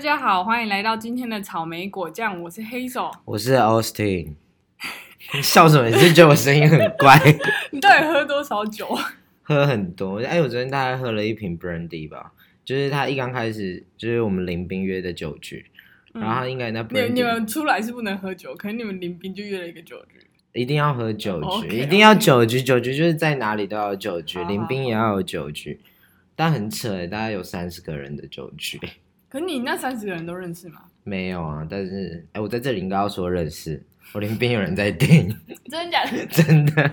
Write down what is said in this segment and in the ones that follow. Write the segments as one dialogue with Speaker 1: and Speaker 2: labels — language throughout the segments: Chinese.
Speaker 1: 家好，欢迎来到今天的草莓果酱，我是黑 手。
Speaker 2: 我是 Austin。你笑什么？你是觉得我声音很怪？
Speaker 1: 你到底喝多少酒？
Speaker 2: 喝很多。哎，我昨天大概喝了一瓶 Brandy 吧，就是他一刚开始，就是我们林冰约的酒局，
Speaker 1: 嗯
Speaker 2: 然后他应该那
Speaker 1: 你们
Speaker 2: Brandy
Speaker 1: 你们出来是不能喝酒，可能你们临兵就约了一个酒局。
Speaker 2: 一定要喝酒
Speaker 1: 哦
Speaker 2: 局，
Speaker 1: ，OK，
Speaker 2: 一定要酒局，酒局就是在哪里都要有酒局
Speaker 1: 好，好
Speaker 2: 林冰也要有酒局，但很扯欸，大概有三十个人的酒局。
Speaker 1: 可是你那三十个人都认识吗？
Speaker 2: 没有啊，但是哎，我在这里应该要说认识，我林冰有人在订。
Speaker 1: 真的假的？
Speaker 2: 真的。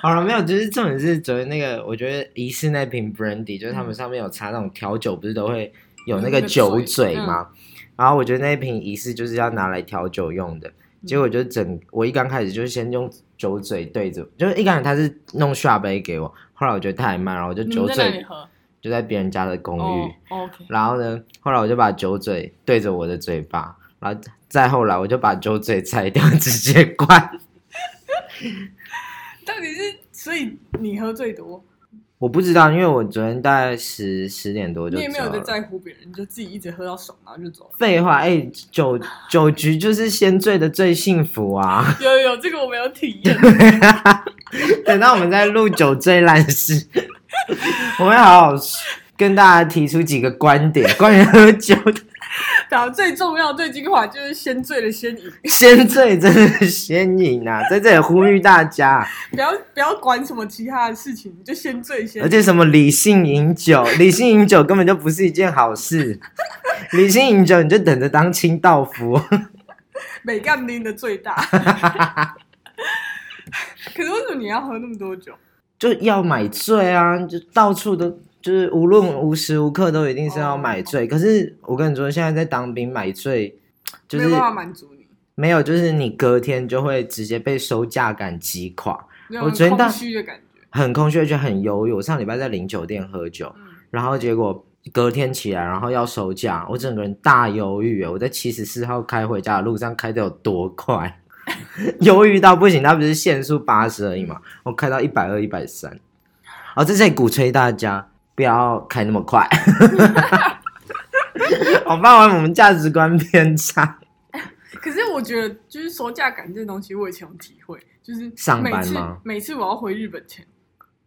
Speaker 2: 好了，没有，就是重点是昨天那个，我觉得疑似那瓶 brandy，就是他们上面有插那种调酒，不是都会嗯有那个酒嘴嗯吗？然后我觉得那瓶疑似就是要拿来调酒用的，结果就整我一刚开始就是先用酒嘴对着，就是一开始他是弄下杯给我，后来我觉得太慢，然后我就
Speaker 1: 你
Speaker 2: 酒
Speaker 1: 们在哪
Speaker 2: 嘴
Speaker 1: 里喝？
Speaker 2: 就在别人家的公寓。
Speaker 1: 哦、o k
Speaker 2: 然后呢，后来我就把酒嘴对着我的嘴巴，然后再后来我就把酒嘴拆掉，直接灌。
Speaker 1: 到底是所以你喝最多，
Speaker 2: 我不知道，因为我昨天大概十十点多就
Speaker 1: 你也没有
Speaker 2: 走
Speaker 1: 在
Speaker 2: 了
Speaker 1: 在乎别人，你就自己一直喝到爽，然后就走了。
Speaker 2: 废话，哎、酒酒局就是先醉的最幸福啊！
Speaker 1: 有有有，这个我没有体 验。
Speaker 2: 等到我们在录酒醉烂事， 我会好好跟大家提出几个观点关于喝酒的。
Speaker 1: 然后最重要、最精华就是先醉了先赢，
Speaker 2: 先醉真的先赢 啊！在这里呼吁大家，
Speaker 1: 不要不要管什么其他的事情，你就先醉先
Speaker 2: 而
Speaker 1: 赢。
Speaker 2: 且什么理性饮酒，理性饮酒根本就不是一件好事。理性饮酒，你就等着当清道夫。
Speaker 1: 美干丁的最 大。可是为什么你要喝那么多酒？
Speaker 2: 就要买醉啊，就到处都就是无论无时无刻都一定是要买醉。可是我跟你说，现在在当兵买醉，就
Speaker 1: 没
Speaker 2: 是
Speaker 1: 有办法满足你，
Speaker 2: 没有，就是你隔天就会直接被收假感击垮，
Speaker 1: 那种
Speaker 2: 我昨天到
Speaker 1: 空虚的感觉。
Speaker 2: 很空虚，而且很忧郁。我上礼拜在零酒店喝酒，
Speaker 1: 嗯，
Speaker 2: 然后结果隔天起来，然后要收假，我整个人大忧郁耶。我在七十四号开回家的路上开的有多快， 忧郁到不行。它不是限速八十而已嘛，我开到一百二、一百三。哦，在这里鼓吹大家不要开那么快。 好吧，我们价值观偏差。
Speaker 1: 可是我觉得就是收假感这东西，我以前有体会，就是
Speaker 2: 上
Speaker 1: 每
Speaker 2: 班
Speaker 1: 次
Speaker 2: 吗
Speaker 1: 每次我要回日本前，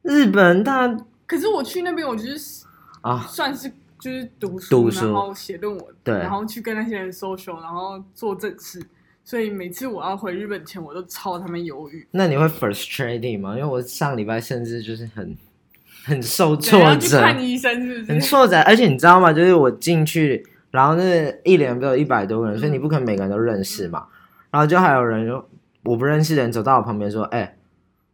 Speaker 2: 日本他
Speaker 1: 可是我去那边，我就是
Speaker 2: 啊，
Speaker 1: 算是就是读书，
Speaker 2: 读书
Speaker 1: 然后写论文，
Speaker 2: 对
Speaker 1: 然后去跟那些人 social，然后做正事。所以每次我要回日本前，我都超他们犹豫。
Speaker 2: 那你会 frustrating 吗？因为我上礼拜甚至就是很 很受
Speaker 1: 对然
Speaker 2: 挫
Speaker 1: 后去
Speaker 2: 折。嗯
Speaker 1: 看医生是不
Speaker 2: 很
Speaker 1: 是？
Speaker 2: 挫折，而且你知道吗？就是我进去，然后那一连不有一百
Speaker 1: 嗯
Speaker 2: 多个人，所以你不可能每个人都认识嘛。然后就还有人说我不认识的人走到我旁边说：“哎、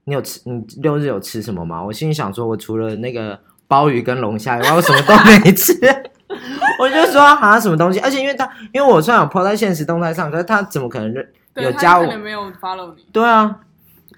Speaker 2: 你有吃？你六日有吃什么吗？”我心里想说，我除了那个鲍鱼跟龙虾以外，我什么都没吃。 我就说啊，什么东西？而且因为他，因为我虽然有抛在现实动态上，可是他怎么可能认？
Speaker 1: 对
Speaker 2: 有
Speaker 1: 他
Speaker 2: 加
Speaker 1: 可
Speaker 2: 我
Speaker 1: 能没有 follow 你。
Speaker 2: 对啊，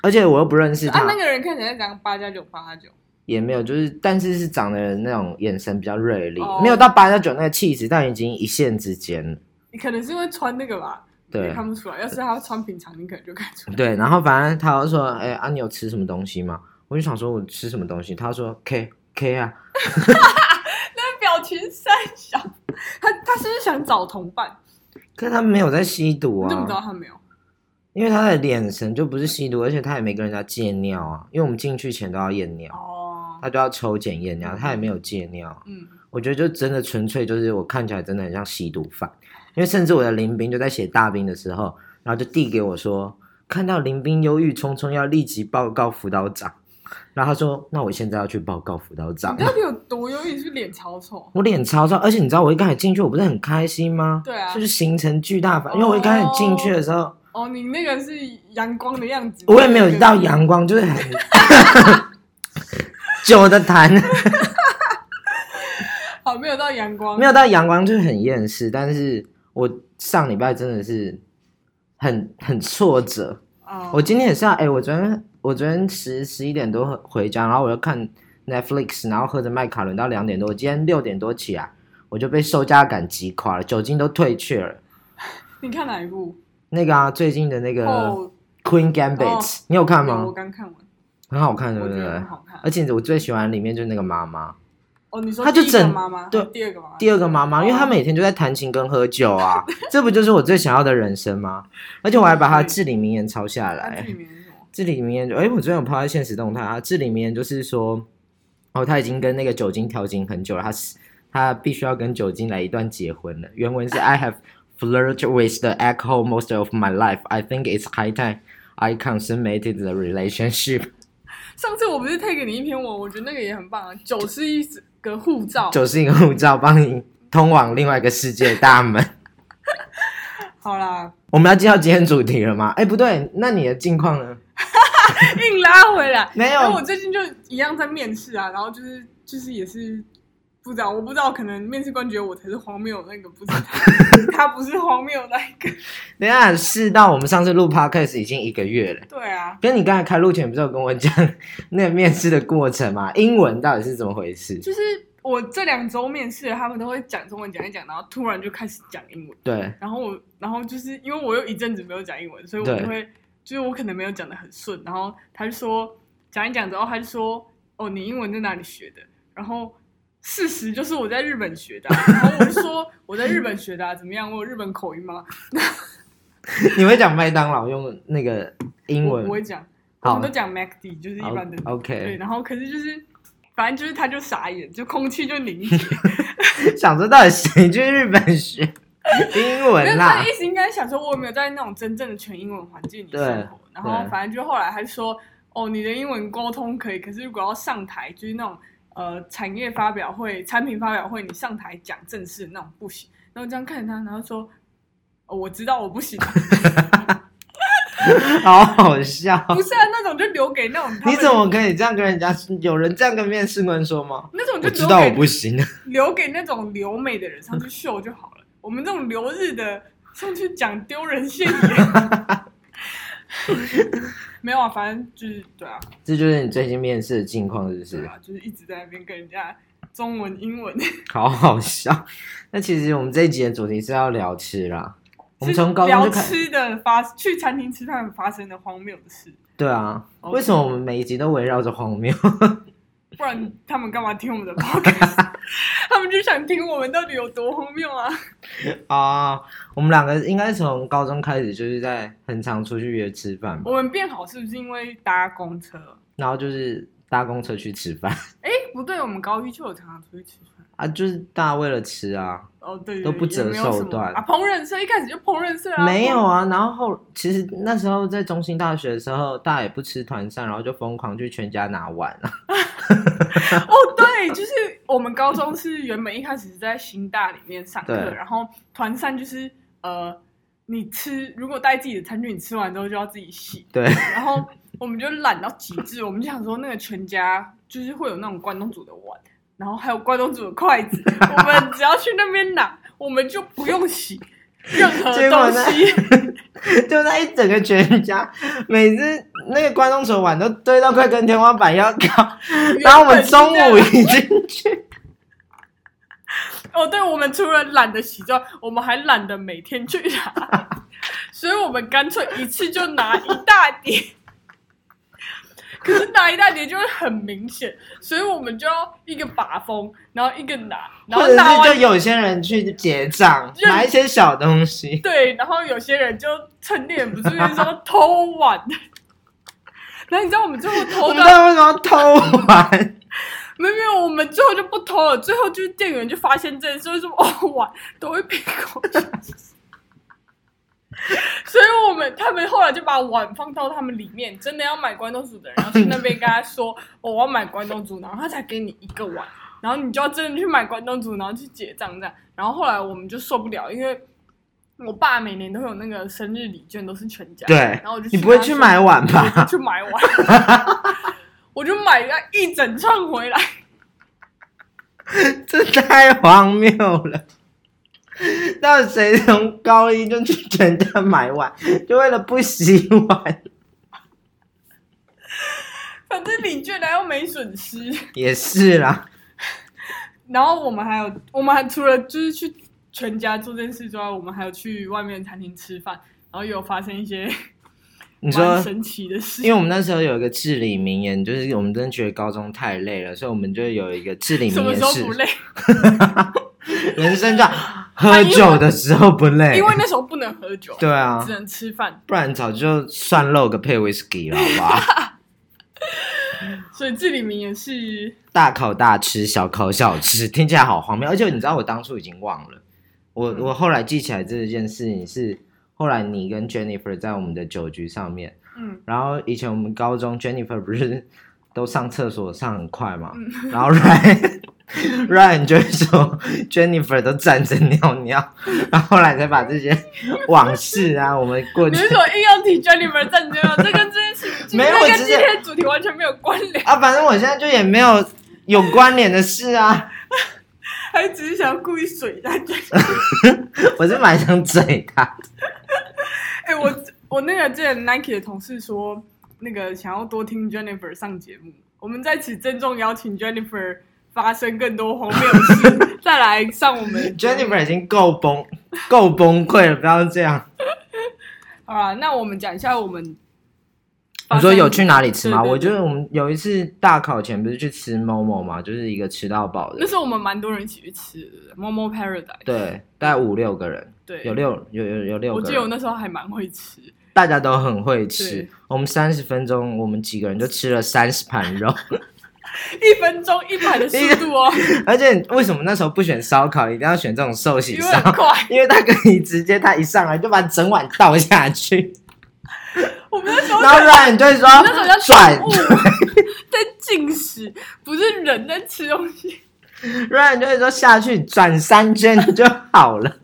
Speaker 2: 而且我又不认识他，
Speaker 1: 啊，那个人看起来像八加九八加九，
Speaker 2: 也没有，就是但是是长得那种眼神比较锐利，
Speaker 1: 哦
Speaker 2: 没有到八加九那个气质，但已经一线之间了。
Speaker 1: 你可能是因为穿那个吧，
Speaker 2: 对
Speaker 1: 你看不出来。要是他穿平常，你可能就看出来。
Speaker 2: 对，然后反正他就说：“哎、啊，你有吃什么东西吗？”我就想说：“我吃什么东西？”他说：“K K 啊。
Speaker 1: 那表情三小，他他是不是想找同伴？”
Speaker 2: 可是他没有在吸毒
Speaker 1: 你怎么知道
Speaker 2: 啊，
Speaker 1: 他没有？
Speaker 2: 因为他的眼神就不是吸毒，而且他也没跟人家戒尿啊，因为我们进去前都要验尿，
Speaker 1: 哦，
Speaker 2: 他就要抽检验尿，他也没有戒尿。
Speaker 1: 嗯，
Speaker 2: 我觉得就真的纯粹就是我看起来真的很像吸毒犯，因为甚至我的林兵就在写大兵的时候，然后就递给我说，看到林兵忧郁冲冲要立即报告辅导长，然后他说，那我现在要去报告辅导长
Speaker 1: 你。到底有多忧郁？你是脸超丑，
Speaker 2: 我脸超臭，而且你知道我一开始进去我不是很开心吗？
Speaker 1: 对啊
Speaker 2: 就是形成巨大反，因为我一开始进去的时候，
Speaker 1: 哦，你那个是阳光的样子，
Speaker 2: 我也没有到阳光，就是 很 酒的痰，
Speaker 1: 好，没有到阳光，
Speaker 2: 没有到阳光就是很厌世。但是我上礼拜真的是很很挫折，
Speaker 1: 哦。
Speaker 2: 我今天也是啊，哎、我昨天我昨天十十一点多回回家，然后我就看 Netflix，然后喝着麦卡伦到两点多。我今天六点多起来，我就被受加感击垮了，酒精都退却了。
Speaker 1: 你看哪一部？
Speaker 2: 那个啊，最近的那个
Speaker 1: 哦，
Speaker 2: Queen Gambit，、
Speaker 1: 哦
Speaker 2: 你有看
Speaker 1: 有
Speaker 2: 吗
Speaker 1: 我？刚看完，
Speaker 2: 很好看，对
Speaker 1: 我
Speaker 2: 不
Speaker 1: 觉得
Speaker 2: 对
Speaker 1: 很？好看。
Speaker 2: 而且我最喜欢里面就是那个妈妈，
Speaker 1: 哦，你说
Speaker 2: 他就
Speaker 1: 第一个
Speaker 2: 整
Speaker 1: 妈妈，
Speaker 2: 对
Speaker 1: 第二个妈妈，哦
Speaker 2: 第二个妈妈，因为她每天就在弹琴跟喝酒 啊，这不就是我最想要的人生吗？而且我还把她至理名言抄下
Speaker 1: 他
Speaker 2: 来
Speaker 1: 自己。名字是什么？
Speaker 2: 啊至理名言，哎、我昨天有抛在现实动态啊。至理名言就是说，哦，他已经跟那个酒精调情很久了，他是他必须要跟酒精来一段结婚了。原 文是 I have flirted with the alcohol most of my life. I think it's high time I consummated the relationship.
Speaker 1: 上次我不是推给你一篇文，我觉得那个也很棒啊，九是一个护照。
Speaker 2: 就是一个护照，帮你通往另外一个世界的大门。
Speaker 1: 好啦，
Speaker 2: 我们要进到今天主题了吗？哎、不对，那你的近况呢？
Speaker 1: 硬拉回来。
Speaker 2: 没
Speaker 1: 因为哎我
Speaker 2: 有，
Speaker 1: 最近就一样在面试啊，然后就是就是也是不知道，我不知道，可能面试官觉得我才是荒谬的那个，不是他， 他不是荒谬那一个。
Speaker 2: 等一下是到我们上次录 podcast 已经一个月了。
Speaker 1: 对啊，
Speaker 2: 跟你刚才开录前不是有跟我讲那个面试的过程吗？英文到底是怎么回事？
Speaker 1: 就是我这两周面试，他们都会讲中文讲一讲，然后突然就开始讲英文，
Speaker 2: 对
Speaker 1: 然后我然后就是因为我有一阵子没有讲英文，所以我
Speaker 2: 对
Speaker 1: 就会就是我可能没有讲的很顺，然后他就说讲一讲之后，他就说哦，你英文在哪里学的？然后事实就是我在日本学的啊、然后我就说我在日本学的、啊，怎么样？我有日本口音吗？
Speaker 2: 你会讲麦当劳用那个英
Speaker 1: 我
Speaker 2: 文
Speaker 1: 不？会讲，
Speaker 2: 好
Speaker 1: 我们都讲 MacD，就是一
Speaker 2: 好
Speaker 1: 般的。对，
Speaker 2: OK，
Speaker 1: 然后可是就是，反正就是他就傻眼，就空气就凝结。
Speaker 2: 想说到底谁去日本学 英
Speaker 1: 没有
Speaker 2: 文啊
Speaker 1: 他
Speaker 2: 啦
Speaker 1: 的？意思应该想说，我有没有在那种真正的全英文环境里
Speaker 2: 对
Speaker 1: 生活？然后
Speaker 2: 对
Speaker 1: 反正就后来他就说，哦，你的英文沟通可以，可是如果要上台，就是那种呃产业发表会、产品发表会，你上台讲正事那种不行。然后这样看着他，然后说。哦我知道我不行啊，
Speaker 2: 好好笑！
Speaker 1: 不是啊，那种就留给那种他们
Speaker 2: 你怎么可以这样跟人家？有人这样跟面试官说吗？
Speaker 1: 那种就留
Speaker 2: 我知道
Speaker 1: 给
Speaker 2: 我不行，啊
Speaker 1: 留给那种留美的人 上去秀就好了。我们这种留日的上去讲丢人现 眼，没有啊，反正就是对啊，
Speaker 2: 这就是你最近面试的近况，是不
Speaker 1: 对
Speaker 2: 是？
Speaker 1: 啊，就是一直在那边跟人家中文、英文。
Speaker 2: 好好笑。 那其实我们这一集的主题是要聊吃啦。我们从高中
Speaker 1: 聊
Speaker 2: 就开始，
Speaker 1: 吃的发去餐厅吃饭发生的荒谬的事，
Speaker 2: 对啊。
Speaker 1: OK
Speaker 2: 为什么我们每一集都围绕着荒谬？
Speaker 1: 不然他们干嘛听我们的 podcast？他们就想听我们到底有多荒谬啊！
Speaker 2: 啊、我们两个应该从高中开始就是在很常出去约吃饭，
Speaker 1: 我们变好是不是因为搭公车？
Speaker 2: 然后就是搭公车去吃饭
Speaker 1: 哎，不对，我们高一就有常常出去吃饭。
Speaker 2: 啊，就是大家为了吃啊，
Speaker 1: 哦，对，
Speaker 2: 都
Speaker 1: 对
Speaker 2: 不
Speaker 1: 也
Speaker 2: 择
Speaker 1: 没有什
Speaker 2: 手
Speaker 1: 么
Speaker 2: 段
Speaker 1: 啊！烹饪社一开始就烹饪社啊，
Speaker 2: 没有啊。然后后其实那时候在中兴大学的时候，大家也不吃团扇，然后就疯狂去全家拿碗啊。
Speaker 1: 哦，对，就是我们高中是原本一开始是在新大里面上课，
Speaker 2: 对
Speaker 1: 然后团膳就是呃，你吃如果带自己的餐具，你吃完之后就要自己洗，
Speaker 2: 对，
Speaker 1: 然后我们就懒到极致，我们就想说那个全家就是会有那种关东煮的碗，然后还有关东煮的筷子，我们只要去那边拿，我们就不用洗任何
Speaker 2: 结果
Speaker 1: 东
Speaker 2: 呢
Speaker 1: 西。
Speaker 2: 就那一整个全家，每次那个关东煮碗都堆到快跟天花板要高， 然后我们中午已经去，
Speaker 1: 哦，对，我们除了懒得洗之外，我们还懒得每天去拿， 所以我们干脆一次就拿一大叠。 可是拿一大叠就会很明显，所以我们就要一个把风，然后一个拿，然
Speaker 2: 或
Speaker 1: 后
Speaker 2: 者
Speaker 1: 拿
Speaker 2: 是就
Speaker 1: 完
Speaker 2: 有些人去结账，
Speaker 1: 认
Speaker 2: 买一些小东西。
Speaker 1: 对，然后有些人就趁脸不注意的时候偷碗。 然后你知道我们最后
Speaker 2: 我
Speaker 1: 偷
Speaker 2: 们
Speaker 1: 到
Speaker 2: 到底为什么要偷 玩？
Speaker 1: 没有没有，我们最后就不偷了。最后就是店员就发现这件事，所以说 哦，碗都会被狗吃。 所以我们他们后来就把碗放到他们里面，真的要买关东煮的人，然后去那边跟他说、哦我要买关东煮，然后他才给你一个碗，然后你就要真的去买关东煮，然后去结账这样。然后后来我们就受不了，因为我爸每年都有那个生日礼券，都是全家。
Speaker 2: 对
Speaker 1: 然后我就
Speaker 2: 你
Speaker 1: 跟
Speaker 2: 不会
Speaker 1: 他
Speaker 2: 去
Speaker 1: 说
Speaker 2: 买碗啊吧
Speaker 1: 我就去买碗，我就买了一整串回来。
Speaker 2: 这太荒谬了！到底谁从高一就去全家买碗，就为了不洗碗？
Speaker 1: 反正领券来又没损失。
Speaker 2: 也是啦，
Speaker 1: 然后我们还有，我们还除了就是去全家做这件事之外，我们还有去外面餐厅吃饭，然后也有发生一些
Speaker 2: 你说
Speaker 1: 蛮神奇的事
Speaker 2: 因。为我们那时候有一个至理名言，就是我们真的觉得高中太累了，所以我们就有一个至理
Speaker 1: 什
Speaker 2: 名
Speaker 1: 么
Speaker 2: 言
Speaker 1: 时候不
Speaker 2: 是：
Speaker 1: 累？
Speaker 2: 人生 叫喝酒的时候不累。
Speaker 1: 因为那时候不能喝酒，
Speaker 2: 对啊
Speaker 1: 只，能吃饭，
Speaker 2: 不然早就算漏个配 whisky 了，好不好？
Speaker 1: 所以这里面也是
Speaker 2: 大口大吃，小口小吃，听起来好荒谬。而且你知道，我当初已经忘了，我
Speaker 1: 嗯
Speaker 2: 我后来记起来这件事情是后来你跟 Jennifer 在我们的酒局上面。
Speaker 1: 嗯，
Speaker 2: 然后以前我们高中 Jennifer 不是都上厕所上很快嘛，
Speaker 1: 嗯
Speaker 2: 然后 Ryan Ryan 就会说 Jennifer 都站着尿尿，然后后来才把这些往事啊，我们过
Speaker 1: 你
Speaker 2: 去
Speaker 1: 是说硬要提 Jennifer 战争啊？这跟这件事情，
Speaker 2: 没有
Speaker 1: 这
Speaker 2: 我
Speaker 1: 跟
Speaker 2: 只
Speaker 1: 今
Speaker 2: 是
Speaker 1: 天的主题完全没有关联，
Speaker 2: 啊，反正我现在就也没有有关联的事啊，
Speaker 1: 还只是想要故意水大家。
Speaker 2: 我是蛮想嘴他，
Speaker 1: 哎、我我那个之前 Nike 的同事说，那个想要多听 Jennifer 上节目，我们在此郑重邀请 Jennifer 发生更多荒谬的 事，再来上我们的节目
Speaker 2: Jennifer 已经够崩够崩溃了，不要这样。
Speaker 1: 好啦，那我们讲一下我们。
Speaker 2: 你说有去？哪里吃吗？
Speaker 1: 对对对
Speaker 2: 我觉得我们有一次大考前不是去吃 Momo 嘛，就是一个吃到饱
Speaker 1: 那
Speaker 2: 的，
Speaker 1: 时候我们蛮多人一起去吃的，Momo Paradise。
Speaker 2: 对，大概五六个人。
Speaker 1: 对，
Speaker 2: 有六有有有六
Speaker 1: 我
Speaker 2: 个
Speaker 1: 记得我
Speaker 2: 人，
Speaker 1: 那时候还蛮会吃，
Speaker 2: 大家都很会吃
Speaker 1: 对。
Speaker 2: 我们三十分钟，我们几个人就吃了三十盘肉。
Speaker 1: 一分钟一盘的速度哦，
Speaker 2: 而且为什么那时候不选烧烤，一定要选这种寿喜
Speaker 1: 因为
Speaker 2: 烧
Speaker 1: 很？快。
Speaker 2: 因为他可以直接，他一上来就把整碗倒下去，
Speaker 1: 我们那时候
Speaker 2: 然后 Ryan 就会说
Speaker 1: 那时候叫
Speaker 2: 转
Speaker 1: 宠物在进食，不是人在吃东西。
Speaker 2: ，Ryan 就会说下去转三圈就好了。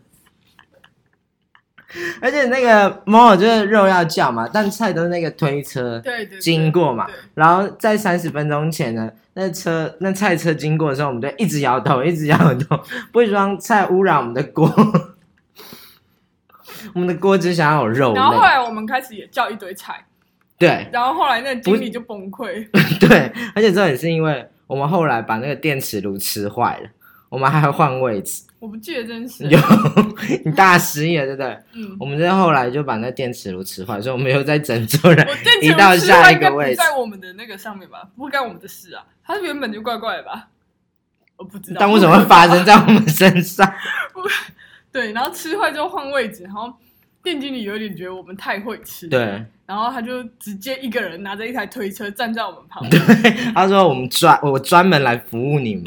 Speaker 2: 而且那个 Mo 就是肉要叫嘛，但菜都是那个推车，
Speaker 1: 对对对
Speaker 2: 经过嘛
Speaker 1: 对，
Speaker 2: 然后在三十分钟前呢，那车那菜车经过的时候，我们就一直摇头，一直摇头，不希望菜污染我们的锅。 我们的锅只想要有肉类
Speaker 1: 然，后后来我们开始也叫一堆菜，
Speaker 2: 对
Speaker 1: 然后后来那个经理就崩溃，
Speaker 2: 对，而且这也是因为我们后来把那个电磁炉吃坏了，我们还要换位置，
Speaker 1: 我不记得真是
Speaker 2: 有你大失忆了，对不对？
Speaker 1: 嗯。
Speaker 2: 我们这后来就把那电磁炉吃坏，所以我们又在整座人
Speaker 1: 我电
Speaker 2: 移
Speaker 1: 磁
Speaker 2: 到
Speaker 1: 炉吃
Speaker 2: 下
Speaker 1: 坏
Speaker 2: 一
Speaker 1: 应该
Speaker 2: 个
Speaker 1: 不
Speaker 2: 位置，
Speaker 1: 在我们的那个上面吧，不干我们的事啊。它原本就怪怪的吧，我不知道。
Speaker 2: 但为什么会发生在我们身上？
Speaker 1: 对，然后吃坏之后换位置，然后店经理有点觉得我们太会吃，，
Speaker 2: 对。
Speaker 1: 然后他就直接一个人拿着一台推车站在我们旁边，
Speaker 2: 他说我们专我专门来服务你们。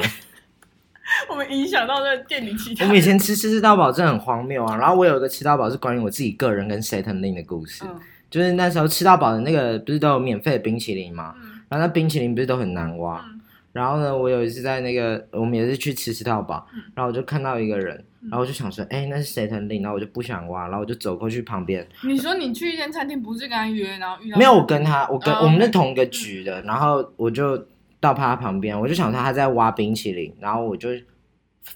Speaker 1: 我们影响到那个店里其他
Speaker 2: 我
Speaker 1: 人。
Speaker 2: 们以前吃吃吃到饱真的很荒谬啊。然后我有一个吃到饱是关于我自己个人跟 s e t t l i n 的故事，
Speaker 1: 嗯
Speaker 2: 就是那时候吃到饱的那个不是都有免费的冰淇淋吗？
Speaker 1: 嗯
Speaker 2: 然后那冰淇淋不是都很难挖。
Speaker 1: 嗯
Speaker 2: 然后呢，我有一次在那个我们也是去吃吃到饱，
Speaker 1: 嗯
Speaker 2: 然后我就看到一个人，然后我就想说，哎、那是 s e t t l i n 然后我就不想挖，然后我就走过去旁边，
Speaker 1: 你说你去一间餐厅，不是跟他约，然后遇到
Speaker 2: 没有，我跟他，我跟、
Speaker 1: 哦嗯
Speaker 2: 我们是同一个局的，然后我就到他旁边，我就想他他在挖冰淇淋，然后我就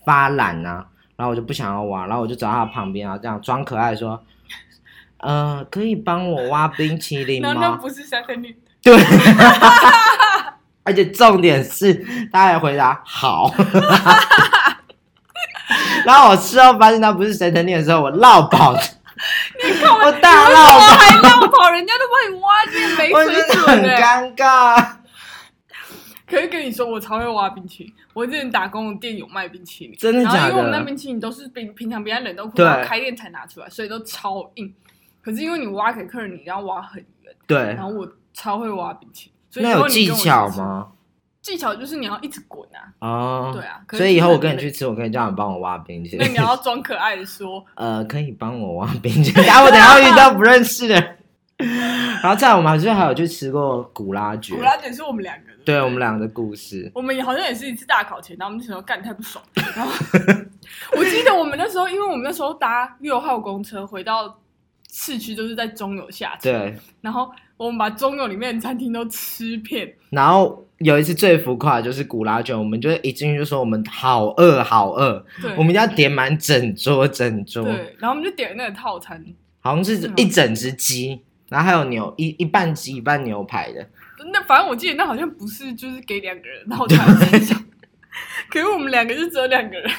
Speaker 2: 发懒啊，然后我就不想要挖，然后我就走到他旁边啊，这样装可爱说，呃，可以帮我挖冰淇 淋
Speaker 1: 然后那
Speaker 2: 吗？
Speaker 1: 不是三分女，
Speaker 2: 对， 而且重点是他还回答好。 然后我事后发现他不是神疼你的时候，我落跑了，我 大
Speaker 1: 然后
Speaker 2: 落跑，
Speaker 1: 还绕跑，人家都帮你挖，你也没
Speaker 2: 我真
Speaker 1: 水
Speaker 2: 的
Speaker 1: 准哎
Speaker 2: 很
Speaker 1: 的。
Speaker 2: 尴尬。
Speaker 1: 可是跟你说，我超会挖冰淇淋。我之前打工的店有卖冰淇淋，
Speaker 2: 真的
Speaker 1: 然
Speaker 2: 假
Speaker 1: 后因
Speaker 2: 的
Speaker 1: 为我们那冰淇淋都是平平常别人冷冻库，
Speaker 2: 对
Speaker 1: 然后开店才拿出来，所以都超硬。可是因为你挖给客人，你要挖很远，
Speaker 2: 对
Speaker 1: 然，后我超会挖冰淇淋。哦所以
Speaker 2: 哎那
Speaker 1: 以
Speaker 2: 有
Speaker 1: 后你
Speaker 2: 技
Speaker 1: 跟我去
Speaker 2: 巧
Speaker 1: 吃？
Speaker 2: 吗？
Speaker 1: 技巧就是你要一直滚啊，
Speaker 2: 哦，
Speaker 1: 对啊可是
Speaker 2: 所以以后我跟你
Speaker 1: 就是
Speaker 2: 去吃，我可以叫你帮我挖冰淇
Speaker 1: 那
Speaker 2: 淋
Speaker 1: 你。要装可爱的说，
Speaker 2: 呃，可以帮我挖冰淇淋， 然后我等一下遇到不认识的人。 然后再来，我们好像还有去吃过古拉爵
Speaker 1: 古，拉姐是我们两个的。
Speaker 2: 对我们两个的故事。
Speaker 1: 我们也好像也是一次大考前，然后我们那时候干太不爽，然后 我记得我们那时候，因为我们那时候搭六号公车回到市区，就是在中友下车，
Speaker 2: 对，
Speaker 1: 然后我们把中友里面的餐厅都吃遍，
Speaker 2: 然后有一次最浮夸的就是古拉卷，我们就一进去就说我们好饿好饿，
Speaker 1: 对
Speaker 2: 我们要点满整桌整桌，
Speaker 1: 对，然后我们就点了那个套餐，
Speaker 2: 好像是一整只鸡，然后还有牛一一半鸡一半牛排的，
Speaker 1: 那反正我记得那好像不是就是给两个人的 套餐，可是我们两个就只有两个人，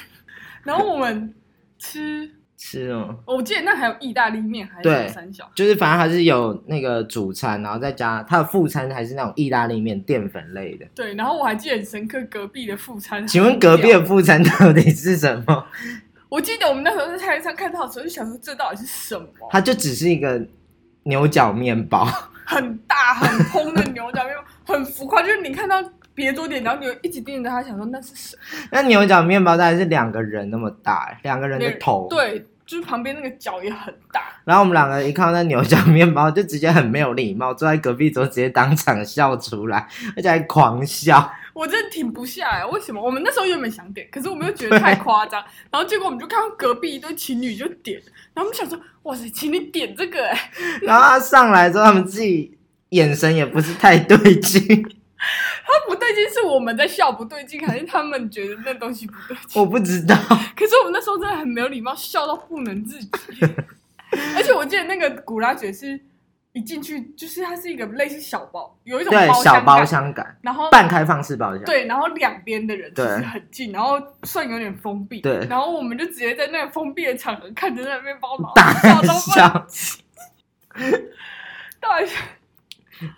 Speaker 1: 然后我们吃
Speaker 2: 吃哦，
Speaker 1: 我记得那还有意大利面，还
Speaker 2: 对
Speaker 1: 是三小，
Speaker 2: 就是反正还是有那个主餐，然后再加它的副餐还是那种意大利面淀粉类的。
Speaker 1: 对，然后我还记得很深刻隔壁的副餐。
Speaker 2: 请问隔壁的副餐到底是什 么？
Speaker 1: 我记得我们那时候在菜市场看到的时候，就想说这到底是什么？
Speaker 2: 它就只是一个牛角面包，
Speaker 1: 很大很蓬的牛角面，很浮夸，就是你看到别桌点，然后你就一直盯着它，想说那是什么？
Speaker 2: 那牛角面包大概是两个人那么大，两个人的头。。
Speaker 1: 对，就是旁边那个脚也很大，
Speaker 2: 然后我们两个一看到那牛角面包，就直接很没有礼貌，坐在隔壁桌直接当场笑出来，而且还狂笑。
Speaker 1: 我真的停不下来。为什么？我们那时候原本想点，可是我们又觉得太夸 张，然后结果我们就看到隔壁一对情侣就点，然后我们想说，哇塞，情侣点这个、哎，
Speaker 2: 然后他上来之后，他们自己眼神也不是太对劲，
Speaker 1: 他不对劲，是我们在笑不对劲，还是他们觉得那东西不对劲？
Speaker 2: 我不知道。
Speaker 1: 可是我们那时候真的很没有礼貌，笑到不能 自己。而且我记得那个古拉爵是一进去，就是它是一个类似小包，有一种
Speaker 2: 对，小
Speaker 1: 包
Speaker 2: 包
Speaker 1: 厢感，
Speaker 2: 厢感，
Speaker 1: 然后
Speaker 2: 半开放式包厢。，
Speaker 1: 对，然后两边的人其实
Speaker 2: 对
Speaker 1: 很近，然后算有点封闭，
Speaker 2: 对
Speaker 1: 然后我们就直接在那个封闭的场合看着那边包老
Speaker 2: 大
Speaker 1: 笑到不能，
Speaker 2: 笑，
Speaker 1: 到底是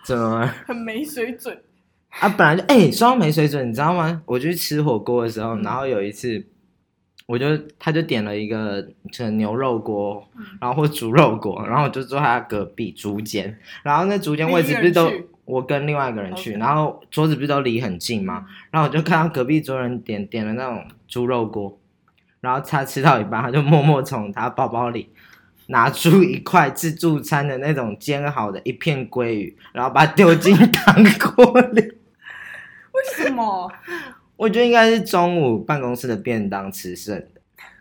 Speaker 2: 怎么了
Speaker 1: 很没水准。
Speaker 2: 啊？本来就哎，说到没水准，你知道吗？我去吃火锅的时候，
Speaker 1: 嗯
Speaker 2: 然后有一次，我就他就点了一个这个牛肉锅
Speaker 1: 嗯，
Speaker 2: 然后或猪肉锅，然后我就坐他隔壁竹间，然后那竹间位置不
Speaker 1: 你一
Speaker 2: 是
Speaker 1: 个人
Speaker 2: 都
Speaker 1: 去
Speaker 2: 我跟另外一个人去，
Speaker 1: OK 嗯
Speaker 2: 然后桌子不是都离很近吗？然后我就看到隔壁桌人点点了那种猪肉锅，然后他吃到一半，他就默默从他包包里拿出一块自助餐的那种煎好的一片鲑鱼，然后把它丢进 汤锅里。
Speaker 1: 为什 么？
Speaker 2: 我觉得应该是中午办公室的便当吃剩的，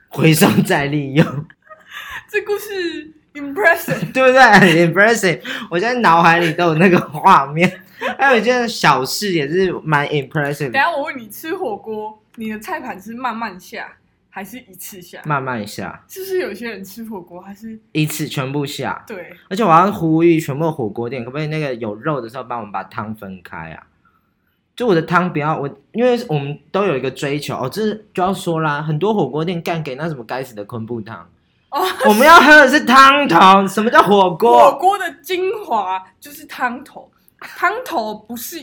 Speaker 2: 回收再利用，
Speaker 1: 这故事 impressive，
Speaker 2: 对不对很？Impressive，我现在脑海里都有那个画面。还有一件小事也是蛮
Speaker 1: 等
Speaker 2: impressive，
Speaker 1: 一
Speaker 2: 的
Speaker 1: 下我问你，吃火锅你的菜盘是慢慢下还是一次下？
Speaker 2: 慢慢下，
Speaker 1: 是不是有些人吃火锅还是
Speaker 2: 一次全部下。
Speaker 1: 对？
Speaker 2: 而且我要呼吁全部的火锅店，可不可以那个有肉的时候帮我们把汤分开啊？就我的汤不要我，因为我们都有一个追求哦，这是就要说啦，很多火锅店干给那什么该死的昆布汤，
Speaker 1: 哦
Speaker 2: 我们要喝的是汤头，什么叫火
Speaker 1: 火
Speaker 2: 锅？
Speaker 1: 锅的精华就是汤头，汤头不是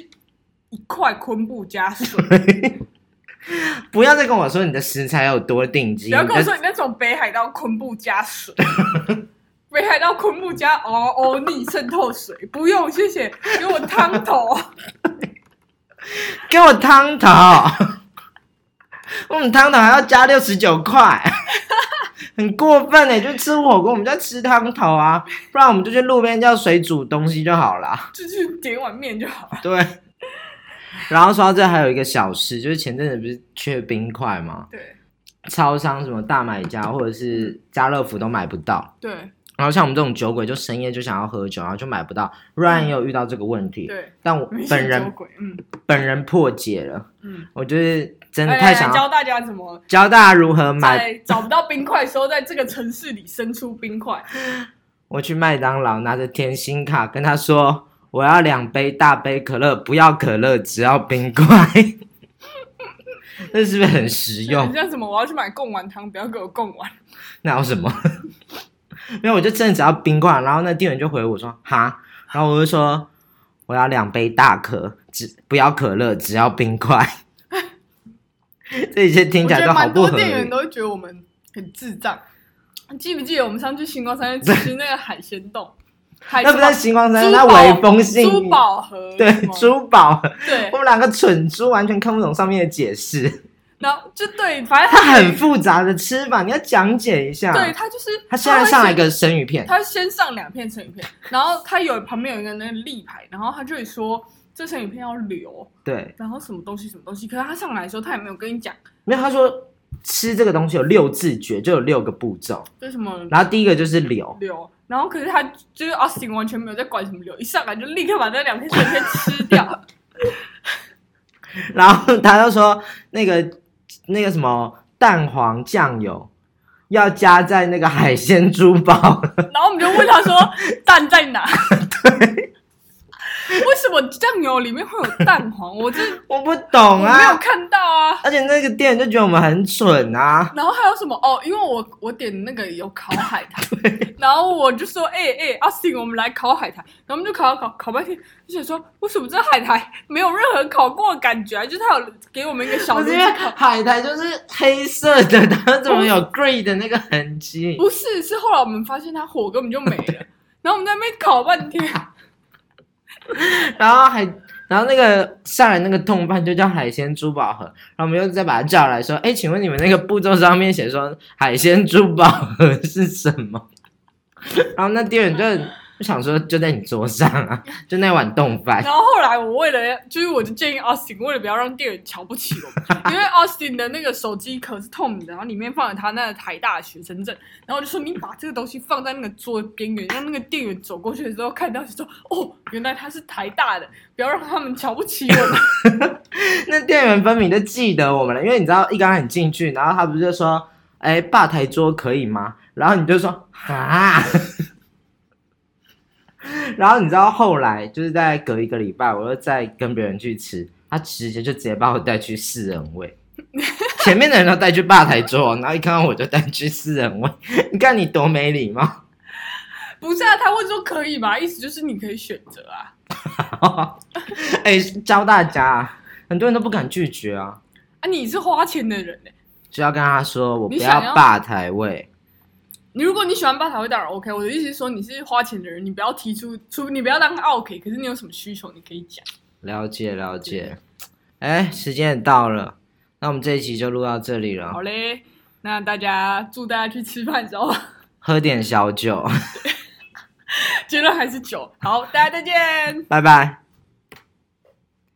Speaker 1: 一块昆布加 水，
Speaker 2: 不要再跟我说你的食材有多顶级，
Speaker 1: 不要跟我
Speaker 2: 你的
Speaker 1: 说你那种北海道昆布加 水，北海道昆布加哦哦逆渗透水，不用谢谢，给我汤头。
Speaker 2: 给我汤头， 我们汤头还要加六十九块， 很过分哎！就吃火锅，我们就要吃汤头啊，不然我们就去路边叫水煮东西就好 啦。
Speaker 1: 就去点一碗面就好了。
Speaker 2: 对。然后说到这，还有一个小事，就是前阵子不是缺冰块吗？
Speaker 1: 对
Speaker 2: 超商什么大买家或者是家乐福都买不到。
Speaker 1: 对
Speaker 2: 然后像我们这种酒鬼，就深夜就想要喝酒，然后就买不到。Ryan 也有遇到这个问题，
Speaker 1: 对，
Speaker 2: 但我
Speaker 1: 明显
Speaker 2: 本
Speaker 1: 酒
Speaker 2: 人
Speaker 1: 鬼，嗯
Speaker 2: 本人破解了，
Speaker 1: 嗯，
Speaker 2: 我就是真的
Speaker 1: 来
Speaker 2: 太
Speaker 1: 来来
Speaker 2: 想
Speaker 1: 哎教
Speaker 2: 要
Speaker 1: 大家怎么
Speaker 2: 教大家如何买。
Speaker 1: 在找不到冰块的时候，在这个城市里生出冰块。
Speaker 2: 我去麦当劳拿着甜心卡跟他说，我要两杯大杯可乐，不要可乐，只要冰块。 那是不是很实用
Speaker 1: 你？像什么？我要去买贡丸汤，不要给我贡丸。
Speaker 2: 那有什么？ 没有，我就真的只要冰块。然后那店员就回我说哈，然后我就说我要两杯大可，只不要可乐，只要冰块。 这些听
Speaker 1: 我
Speaker 2: 起
Speaker 1: 觉得
Speaker 2: 来都好
Speaker 1: 蛮
Speaker 2: 不
Speaker 1: 多
Speaker 2: 合
Speaker 1: 店员
Speaker 2: 理。
Speaker 1: 都会觉得我们很智障。你记不记得我们上去星光三月吃那个海鲜冻？海
Speaker 2: 那不在星光
Speaker 1: 珠
Speaker 2: 山，那
Speaker 1: 宝
Speaker 2: 微风信
Speaker 1: 珠宝盒
Speaker 2: 对
Speaker 1: 什么
Speaker 2: 珠宝，
Speaker 1: 对
Speaker 2: 我，们两个蠢猪完全看不懂上面的解释，
Speaker 1: 然后就对，反正
Speaker 2: 它
Speaker 1: 他
Speaker 2: 很复杂的吃法，你要讲解一下。
Speaker 1: 对，他就是
Speaker 2: 它现在上来一
Speaker 1: 个，
Speaker 2: 个生鱼片，
Speaker 1: 他先上两片成语片，然后他有旁边有一个那个立牌，然后他就会说这成语片要留，
Speaker 2: 对，
Speaker 1: 然后什么东西什么东西，可是他上来的时候他也没有跟你讲，
Speaker 2: 没有他说吃这个东西有六字诀，就有六个步骤，
Speaker 1: 就什么
Speaker 2: 然后第一个就是流，
Speaker 1: 流，然后可是他就是 Austin 完全没有在管什么流，一上来就立刻把那两片整片吃掉。
Speaker 2: 然后他就说那个那个什么蛋黄酱油要加在那个海鲜珠宝，
Speaker 1: 然后我们就问他说蛋在哪？哦对，为什么酱油里面会有蛋黄？我这
Speaker 2: 我不
Speaker 1: 我
Speaker 2: 懂
Speaker 1: 没有
Speaker 2: 啊，
Speaker 1: 看到啊。
Speaker 2: 而且那个店就觉得我们很蠢啊。
Speaker 1: 然后还有什么哦？因为我我点的那个有烤海苔，然后我就说，哎、哎、阿信，我们来烤海苔。然后我们就烤烤烤半天，就想说，为什么这海苔没有任何烤过的感觉、啊？就是他有给我们一个小
Speaker 2: 不
Speaker 1: 炉
Speaker 2: 是
Speaker 1: 子
Speaker 2: 因为
Speaker 1: 烤，
Speaker 2: 海苔就是黑色的，它怎么有 grey 的那个痕迹？
Speaker 1: 不是，是后来我们发现它火根本就没了，然后我们在那边烤半天，
Speaker 2: 然后还，然后那个上来那个同伴就叫海鲜珠宝盒，然后我们又再把它叫来说，哎，请问你们那个步骤上面写说海鲜珠宝盒是什么？ 然后那店员就就想说就在你桌上啊，就那碗冻饭，
Speaker 1: 然后后来我为了，就是我就建议 Austin，为了不要让店员瞧不起我们，因为 Austin 的那个手机壳是透明的，然后里面放了他那个台大的学生证，然后我就说你把这个东西放在那个桌的边缘，让那个店员走过去的时候看到，就说哦，原来他是台大的，不要让他们瞧不起我们。
Speaker 2: 那店员分明就记得我们了，因为你知道一刚开始进去，然后他不是就说，哎，吧台桌可以吗？然后你就说啊。然后你知道后来就是在隔一个礼拜，我又再跟别人去吃，他直接就直接把我带去四人位，前面的人都带去吧台桌，然后一看到我就带去四人位，你看你多没礼貌。
Speaker 1: 不是啊，他会说可以吗？意思就是你可以选择啊。
Speaker 2: 哎，教大家啊，很多人都不敢拒绝啊，
Speaker 1: 啊，你是花钱的人呢、欸
Speaker 2: 就要跟他说我不
Speaker 1: 你想
Speaker 2: 要
Speaker 1: 要
Speaker 2: 吧台位。
Speaker 1: 你如果你喜欢吧台会当然 OK，我的意思是说你是花钱的人，你不要提出，除你不要当 OK，可是你有什么需求你可以讲。
Speaker 2: 了解了解。哎，时间也到了，那我们这一集就录到这里了
Speaker 1: 好。嘞，那大家祝大家去吃饭的时候，
Speaker 2: 喝点小酒，
Speaker 1: 结论还是酒。好，大家再见。
Speaker 2: 拜拜。